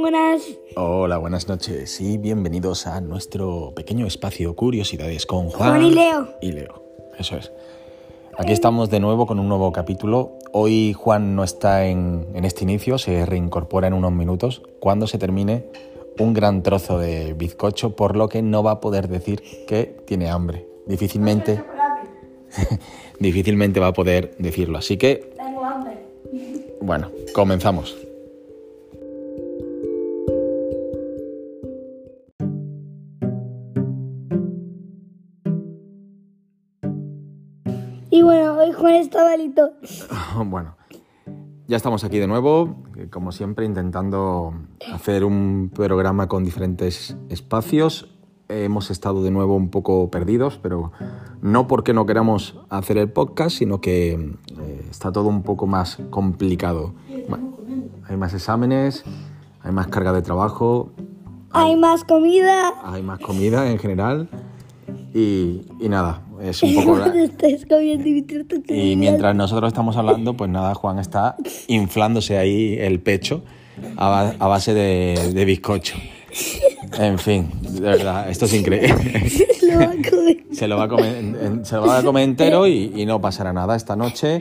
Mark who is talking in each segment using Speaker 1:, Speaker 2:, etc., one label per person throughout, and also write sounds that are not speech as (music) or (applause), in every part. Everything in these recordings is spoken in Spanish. Speaker 1: buenas.
Speaker 2: Hola, buenas noches y bienvenidos a nuestro pequeño espacio Curiosidades con Juan,
Speaker 1: Juan y Leo.
Speaker 2: Y Leo, eso es. Aquí estamos de nuevo con un nuevo capítulo. Hoy Juan no está en, en este inicio, se reincorpora en unos minutos cuando se termine un gran trozo de bizcocho, por lo que no va a poder decir que tiene hambre. Difícilmente, (laughs) difícilmente va a poder decirlo. Así que,
Speaker 1: Tengo hambre.
Speaker 2: bueno, comenzamos.
Speaker 1: Y bueno, hoy Juan está malito.
Speaker 2: (laughs) Bueno, ya estamos aquí de nuevo, eh, como siempre, intentando hacer un programa con diferentes espacios. Hemos estado de nuevo un poco perdidos, pero no porque no queramos hacer el podcast, sino que eh, está todo un poco más complicado. Ma- Hay más exámenes, hay más carga de trabajo,
Speaker 1: Hay más comida.
Speaker 2: hay más comida en general y, y nada, es
Speaker 1: (laughs)
Speaker 2: un poco...
Speaker 1: No te estés comiendo y te- te- te-
Speaker 2: Y mientras nosotros estamos hablando, pues nada, Juan está inflándose ahí el pecho a, ba- a base de, de bizcocho. En fin, de verdad, esto es increíble. (laughs)
Speaker 1: (laughs) lo va a comer.
Speaker 2: Se lo va a comer, en- en- se lo va a comer entero y, y no pasará nada esta noche.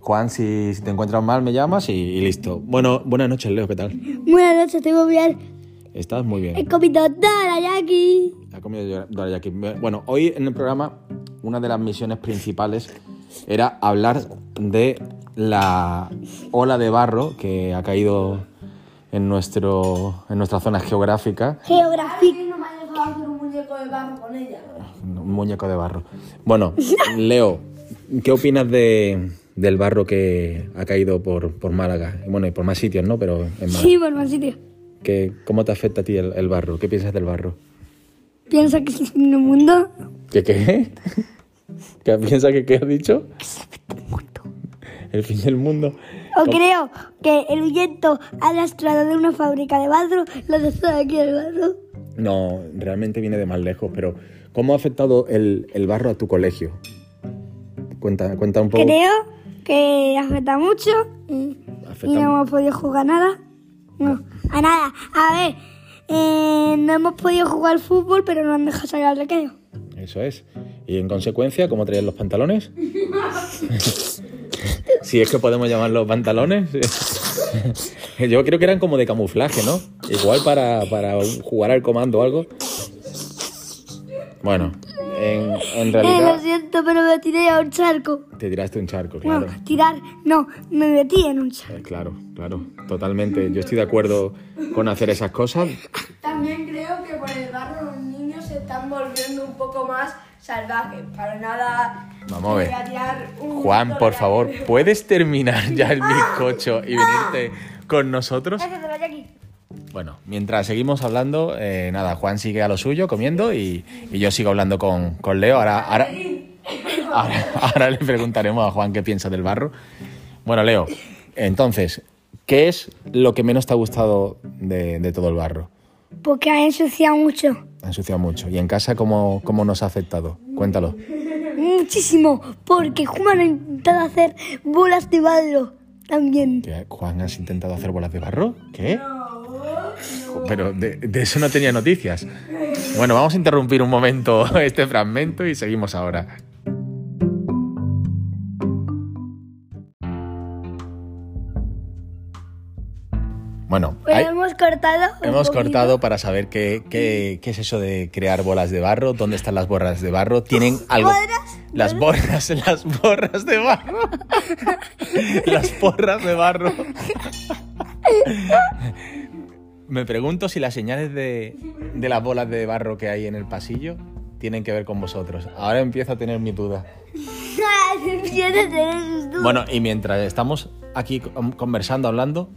Speaker 2: Juan, si, si te encuentras mal, me llamas y, y listo. Bueno, buenas noches, Leo, ¿qué tal?
Speaker 1: Buenas noches, te voy a olvidar.
Speaker 2: Estás muy bien.
Speaker 1: He comido toda la yaki.
Speaker 2: Ha comido yo- dorayaki. Bueno, hoy en el programa una de las misiones principales era hablar de la ola de barro que ha caído en, nuestro, en nuestra zona geográfica.
Speaker 1: Geografía.
Speaker 2: Un muñeco de barro. Bueno, Leo, ¿qué opinas de, del barro que ha caído por, por Málaga? Bueno, y por más sitios, ¿no? Pero en Málaga.
Speaker 1: Sí, por más sitio.
Speaker 2: ¿Qué- ¿Cómo te afecta a ti el, el barro? ¿Qué piensas del barro?
Speaker 1: Piensa que es el fin del mundo.
Speaker 2: ¿Qué qué? ¿Qué piensas que qué has dicho? El fin del mundo.
Speaker 1: O creo que el viento ha lastrado de una fábrica de barro la destrozado aquí el barro.
Speaker 2: No, realmente viene de más lejos, pero ¿cómo ha afectado el, el barro a tu colegio? Cuenta, cuenta un poco.
Speaker 1: Creo que afecta mucho y,
Speaker 2: Afecta
Speaker 1: y no
Speaker 2: mu-
Speaker 1: hemos podido jugar nada. No, a nada. A ver, eh, no hemos podido jugar fútbol, pero no han dejado salir al recreo.
Speaker 2: Eso es. Y en consecuencia, ¿cómo traes los pantalones? si es que podemos llamarlos pantalones. Yo creo que eran como de camuflaje, ¿no? Igual para, para jugar al comando o algo. Bueno, en, en
Speaker 1: Eh, lo
Speaker 2: realidad
Speaker 1: siento, pero me tiré a un charco.
Speaker 2: te tiraste un charco, claro.
Speaker 1: Bueno, tirar, no, me metí en un charco.
Speaker 2: Eh, Claro, claro, totalmente. Yo estoy de acuerdo con hacer esas cosas.
Speaker 3: También creo que por el barro los niños se están volviendo un poco más salvajes. Para nada.
Speaker 2: Vamos a ver.
Speaker 3: regatear un
Speaker 2: Juan, por
Speaker 3: dólar. (laughs)
Speaker 2: favor, ¿puedes terminar ya el bizcocho y venirte con nosotros? Bueno, mientras seguimos hablando, eh, nada, Juan sigue a lo suyo comiendo y, y yo sigo hablando con, con Leo. Ahora, ahora, ahora, ahora le preguntaremos a Juan qué piensa del barro. Bueno, Leo, entonces, ¿qué es lo que menos te ha gustado de, de todo el barro?
Speaker 1: Porque ha ensuciado mucho.
Speaker 2: Ha ensuciado mucho. ¿Y en casa cómo, cómo nos ha afectado? Cuéntalo.
Speaker 1: Muchísimo. Porque Juan ha intentado hacer bolas de barro también.
Speaker 2: ¿Qué? ¿Juan has intentado hacer bolas de barro? ¿Qué? Pero de, de eso no tenía noticias. Bueno, vamos a interrumpir un momento (laughs) este fragmento y seguimos ahora. Bueno,
Speaker 1: Bueno,
Speaker 2: hay-
Speaker 1: hemos (laughs) cortado. un
Speaker 2: hemos
Speaker 1: poquito.
Speaker 2: cortado para saber qué, qué- qué es eso de crear bolas de barro, dónde están las borras de
Speaker 1: (laughs)
Speaker 2: barro, tienen algo...
Speaker 1: ¿Borras?
Speaker 2: Las borras, (laughs) las borras
Speaker 1: (laughs)
Speaker 2: de barro. las porras de barro. Me pregunto si las señales de, de las bolas de barro que hay en el pasillo tienen que ver con vosotros. Ahora empiezo a tener mi duda.
Speaker 1: Empiezas a tener sus dudas.
Speaker 2: Bueno, y mientras estamos aquí con- conversando, hablando,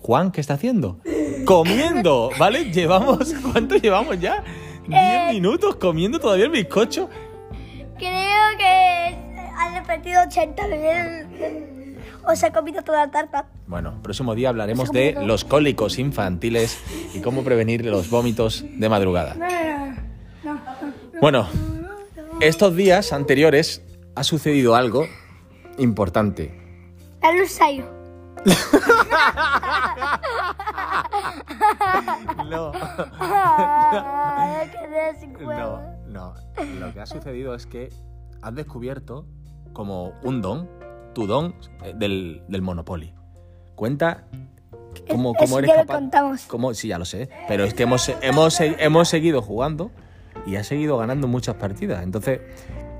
Speaker 2: Juan, ¿qué está haciendo? Comiendo, ¿vale? Llevamos, ¿cuánto llevamos ya? ¿10 minutos comiendo todavía el bizcocho?
Speaker 1: Creo que han repetido 80 veces. O sea, he comido toda la tarta.
Speaker 2: Bueno, próximo día hablaremos de los cólicos infantiles y cómo prevenir los vómitos de madrugada. Bueno, estos días anteriores ha sucedido algo importante.
Speaker 1: Era un ensayo.
Speaker 2: No,
Speaker 1: Ah, quedé sin huevo.
Speaker 2: no,
Speaker 1: (laughs)
Speaker 2: no. Lo que ha sucedido es que has descubierto como un don, tu don eh, del, del Monopoly. Cuenta cómo,
Speaker 1: Es-
Speaker 2: cómo
Speaker 1: eso
Speaker 2: eres
Speaker 1: ya lo
Speaker 2: capaz.
Speaker 1: contamos.
Speaker 2: cómo- sí, ya lo sé. Pero es que hemos, hemos, hemos seguido jugando y has seguido ganando muchas partidas. Entonces,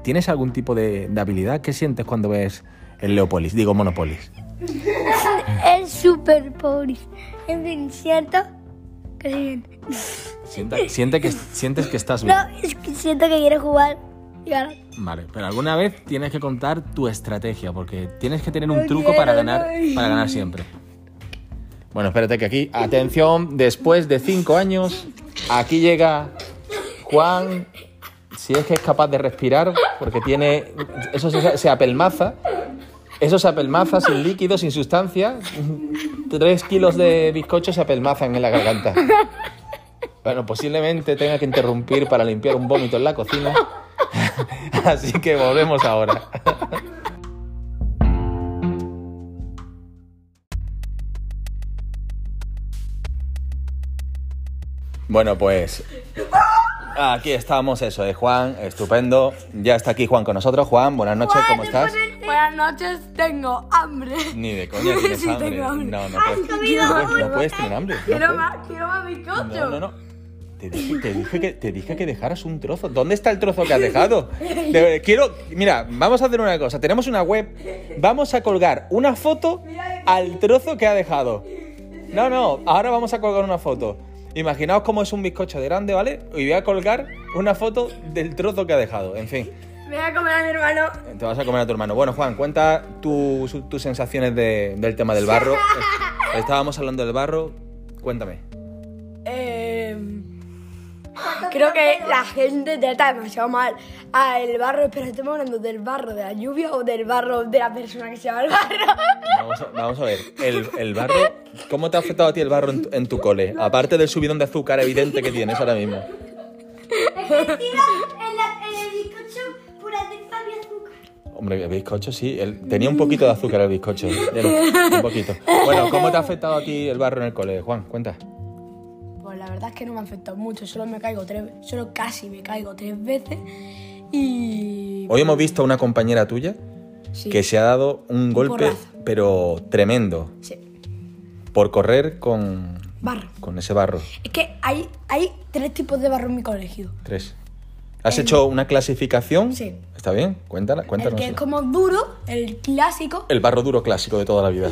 Speaker 2: ¿tienes algún tipo de, de habilidad? ¿Qué sientes cuando ves el Leopolis? Digo, Monopolis.
Speaker 1: Es super pobre. En fin, siento que estoy bien.
Speaker 2: Sienta- siente que, sientes que estás
Speaker 1: (laughs)
Speaker 2: bien.
Speaker 1: No, es que siento que quiero jugar y ganar.
Speaker 2: Vale, pero alguna vez tienes que contar tu estrategia, porque tienes que tener un
Speaker 1: No
Speaker 2: truco
Speaker 1: quiero,
Speaker 2: para ganar,
Speaker 1: no.
Speaker 2: para ganar siempre. Bueno, espérate que aquí, atención, después de cinco años, aquí llega Juan, si es que es capaz de respirar, porque tiene, eso se, se apelmaza, eso se apelmaza sin líquido, sin sustancia, tres kilos de bizcocho se apelmazan en la garganta. Bueno, posiblemente tenga que interrumpir para limpiar un vómito en la cocina. (laughs) Así que volvemos ahora. Bueno, pues aquí estamos, eso de Juan, estupendo. Ya está aquí Juan con nosotros. Juan, buenas noches, ¿cómo estás?
Speaker 3: Buenas noches, tengo hambre.
Speaker 2: Ni de coña tienes
Speaker 3: (laughs) Sí,
Speaker 2: hambre.
Speaker 3: tengo hambre.
Speaker 2: No, no
Speaker 3: ¿Has
Speaker 2: puedes,
Speaker 3: comido
Speaker 2: no puedes- no
Speaker 3: un
Speaker 2: puedes tener hambre. no
Speaker 3: Quiero
Speaker 2: puedes.
Speaker 3: más, quiero más bizcocho.
Speaker 2: No, no, no. Te dije, te dije que, te dije que dejaras un trozo. ¿Dónde está el trozo que has dejado? De- quiero. Mira, vamos a hacer una cosa. Tenemos una web. Vamos a colgar una foto al trozo que ha dejado. No, no. Ahora vamos a colgar una foto. Imaginaos cómo es un bizcocho de grande, ¿vale? Y voy a colgar una foto del trozo que ha dejado. En fin,
Speaker 3: Me voy a comer a mi hermano.
Speaker 2: te vas a comer a tu hermano. Bueno, Juan, cuenta tus, tus sensaciones de- del tema del barro. Estábamos hablando del barro. Cuéntame.
Speaker 3: Eh, creo que la gente trata demasiado mal al barro. Pero estamos hablando del barro de la lluvia o del barro de la persona que se llama el barro.
Speaker 2: Vamos a, vamos a ver, el, el barro, ¿cómo te ha afectado a ti el barro en tu, en tu cole? Aparte del subidón de azúcar evidente que tienes ahora mismo.
Speaker 4: en, la, en el bizcocho pura de Fabio azúcar.
Speaker 2: Hombre, el bizcocho sí, el- tenía un poquito de azúcar el bizcocho. el- un poquito. Bueno, ¿cómo te ha afectado a ti el barro en el cole, Juan? Cuenta.
Speaker 3: Pues la verdad es que no me afectó mucho. Solo me caigo tres, solo casi me caigo tres veces. Y
Speaker 2: Hoy hemos visto a una compañera tuya
Speaker 3: Sí.
Speaker 2: que se ha dado un golpe,
Speaker 3: porrazo.
Speaker 2: pero tremendo,
Speaker 3: sí,
Speaker 2: por correr con,
Speaker 3: barro.
Speaker 2: con ese barro.
Speaker 3: Es que hay, hay tres tipos de barro en mi colegio.
Speaker 2: Tres. ¿Has hecho una clasificación?
Speaker 3: Eh, Sí.
Speaker 2: ¿Está bien? Cuéntala,
Speaker 3: El
Speaker 2: cuéntanos.
Speaker 3: que es como duro, el clásico.
Speaker 2: El barro duro clásico de toda la vida.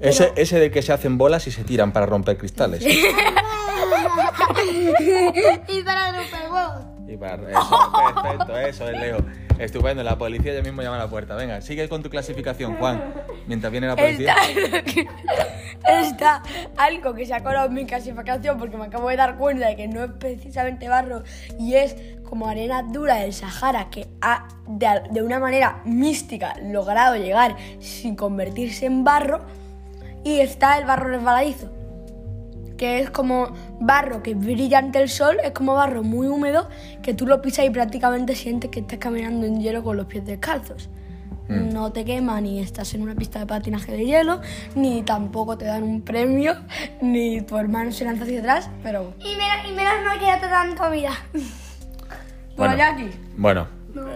Speaker 2: Ese, ese del que se hacen bolas y se tiran para romper cristales.
Speaker 4: Y para romper huevos.
Speaker 2: Y para- eso, perfecto, eso es Leo. Estupendo, la policía ya mismo llama a la puerta. Venga, sigue con tu clasificación, Juan. Mientras viene la policía.
Speaker 3: Está, (laughs) está algo que se ha colado en mi clasificación porque me acabo de dar cuenta de que no es precisamente barro y es como arena dura del Sahara que ha de, al- de una manera mística logrado llegar sin convertirse en barro y está el barro resbaladizo que es como barro que brilla ante el sol, es como barro muy húmedo que tú lo pisas y prácticamente sientes que estás caminando en hielo con los pies descalzos. No te quema ni estás en una pista de patinaje de hielo, ni tampoco te dan un premio, (laughs) ni tu hermano se lanza hacia atrás, pero...
Speaker 4: Y menos, y menos mal que ya te dan
Speaker 1: (laughs)
Speaker 4: comida.
Speaker 2: Bueno.
Speaker 3: Guayaki.
Speaker 2: Bueno,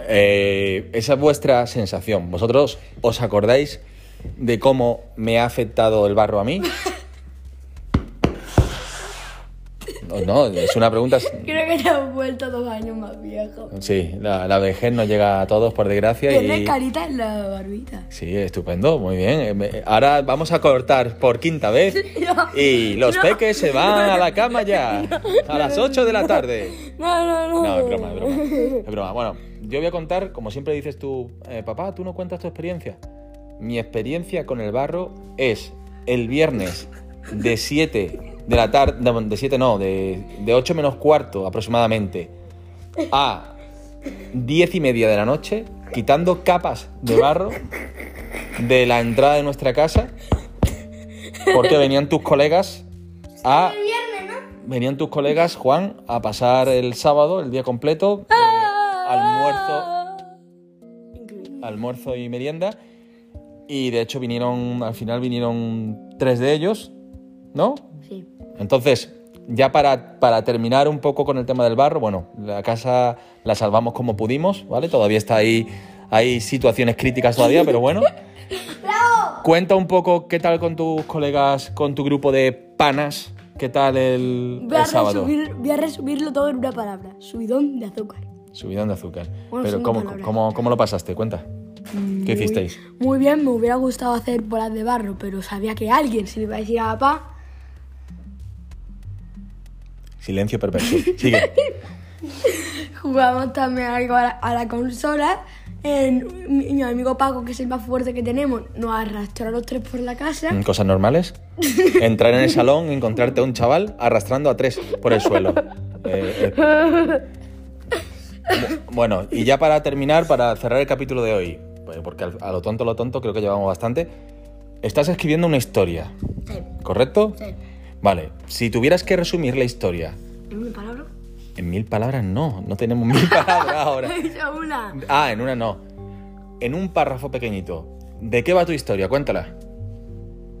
Speaker 2: eh, esa es vuestra sensación. ¿Vosotros os acordáis de cómo me ha afectado el barro a mí? No, no, es una pregunta
Speaker 3: Creo que te has vuelto dos años más viejo.
Speaker 2: Sí, la, la vejez nos llega a todos, por desgracia.
Speaker 3: Tienes
Speaker 2: y...
Speaker 3: carita en la barbita.
Speaker 2: Sí, estupendo, muy bien. Eh, me- Ahora vamos a cortar por quinta vez
Speaker 3: (laughs) No.
Speaker 2: y los
Speaker 3: No.
Speaker 2: peques se van a la cama ya a las 8 de la tarde.
Speaker 3: No, no, no.
Speaker 2: No, es broma, es broma. Es broma. Bueno, yo voy a contar, como siempre dices tú, eh, papá, tú no cuentas tu experiencia. Mi experiencia con el barro es el viernes de 7 de la tarde, no, de 7 no, de, de 8 menos cuarto aproximadamente a 10 y media de la noche, quitando capas de barro de la entrada de nuestra casa, porque venían tus colegas a venían tus colegas, Juan, a pasar el sábado, el día completo, eh, almuerzo, almuerzo y merienda. Y de hecho vinieron, al final vinieron tres de ellos, ¿no?
Speaker 1: Sí.
Speaker 2: Entonces, ya para, para terminar un poco con el tema del barro, bueno, la casa la salvamos como pudimos, ¿vale? Todavía está ahí, hay situaciones críticas todavía, pero bueno. Cuenta un poco qué tal con tus colegas, con tu grupo de panas, qué tal el,
Speaker 3: Voy
Speaker 2: el
Speaker 3: a,
Speaker 2: sábado.
Speaker 3: resumir- voy a resumirlo todo en una palabra. Subidón de azúcar.
Speaker 2: Subidón de azúcar.
Speaker 3: Bueno,
Speaker 2: pero
Speaker 3: sin
Speaker 2: ¿cómo,
Speaker 3: palabras.
Speaker 2: cómo, cómo lo pasaste? Cuenta. ¿Qué hicisteis?
Speaker 3: Muy bien, me hubiera gustado hacer bolas de barro, pero sabía que alguien se le iba a decir a papá.
Speaker 2: Silencio perverso.
Speaker 3: (laughs)
Speaker 2: Sigue.
Speaker 3: Jugamos también algo a la, a la consola. En- mi, mi amigo Paco, que es el más fuerte que tenemos, nos arrastró a los tres por la casa.
Speaker 2: Mm, Cosas normales. Entrar en el salón y encontrarte a un chaval arrastrando a tres por el
Speaker 3: (laughs)
Speaker 2: suelo. Eh, eh. Bueno, y ya para terminar, para cerrar el capítulo de hoy, pues, porque al- a lo tonto, lo tonto creo que llevamos bastante, estás escribiendo una historia, ¿correcto?
Speaker 1: Sí.
Speaker 2: Vale, si tuvieras que resumir la historia,
Speaker 3: ¿En una palabra?
Speaker 2: en mil palabras no, no tenemos mil (laughs) palabras ahora.
Speaker 3: (laughs) Eso, una.
Speaker 2: Ah, en una no. En un párrafo pequeñito. ¿De qué va tu historia? Cuéntala.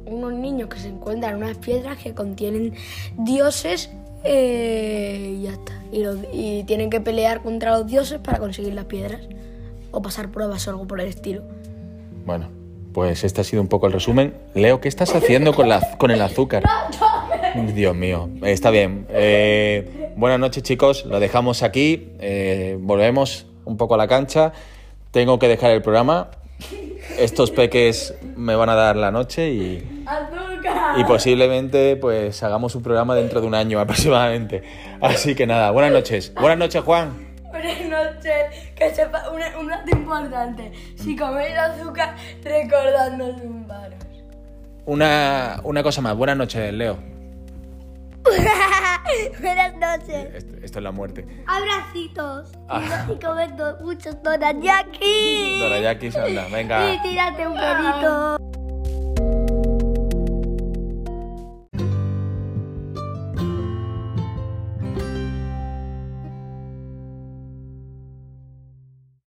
Speaker 3: unos niños que se encuentran unas piedras que contienen dioses eh, y ya está. Y, los- y tienen que pelear contra los dioses para conseguir las piedras o pasar pruebas o algo por el estilo.
Speaker 2: Bueno, pues este ha sido un poco el resumen. Leo, ¿qué estás haciendo con, la, con el azúcar? Dios mío, está bien. Eh, buenas noches chicos, lo dejamos aquí. Eh, volvemos un poco a la cancha. Tengo que dejar el programa. Estos peques me van a dar la noche y... Y posiblemente pues hagamos un programa dentro de un año aproximadamente. Así que nada, buenas noches. Buenas noches, Juan.
Speaker 3: Buenas noches, que sepa un, un dato importante. Si coméis azúcar, recordadnos un bar.
Speaker 2: Una, una cosa más, buenas noches, Leo.
Speaker 4: Buenas noches.
Speaker 2: Esto, esto es la muerte.
Speaker 4: Abracitos.
Speaker 2: Ah.
Speaker 4: Y comer do- muchos donas de aquí.
Speaker 2: Dorayaki, anda, venga.
Speaker 4: Y tírate un pelito.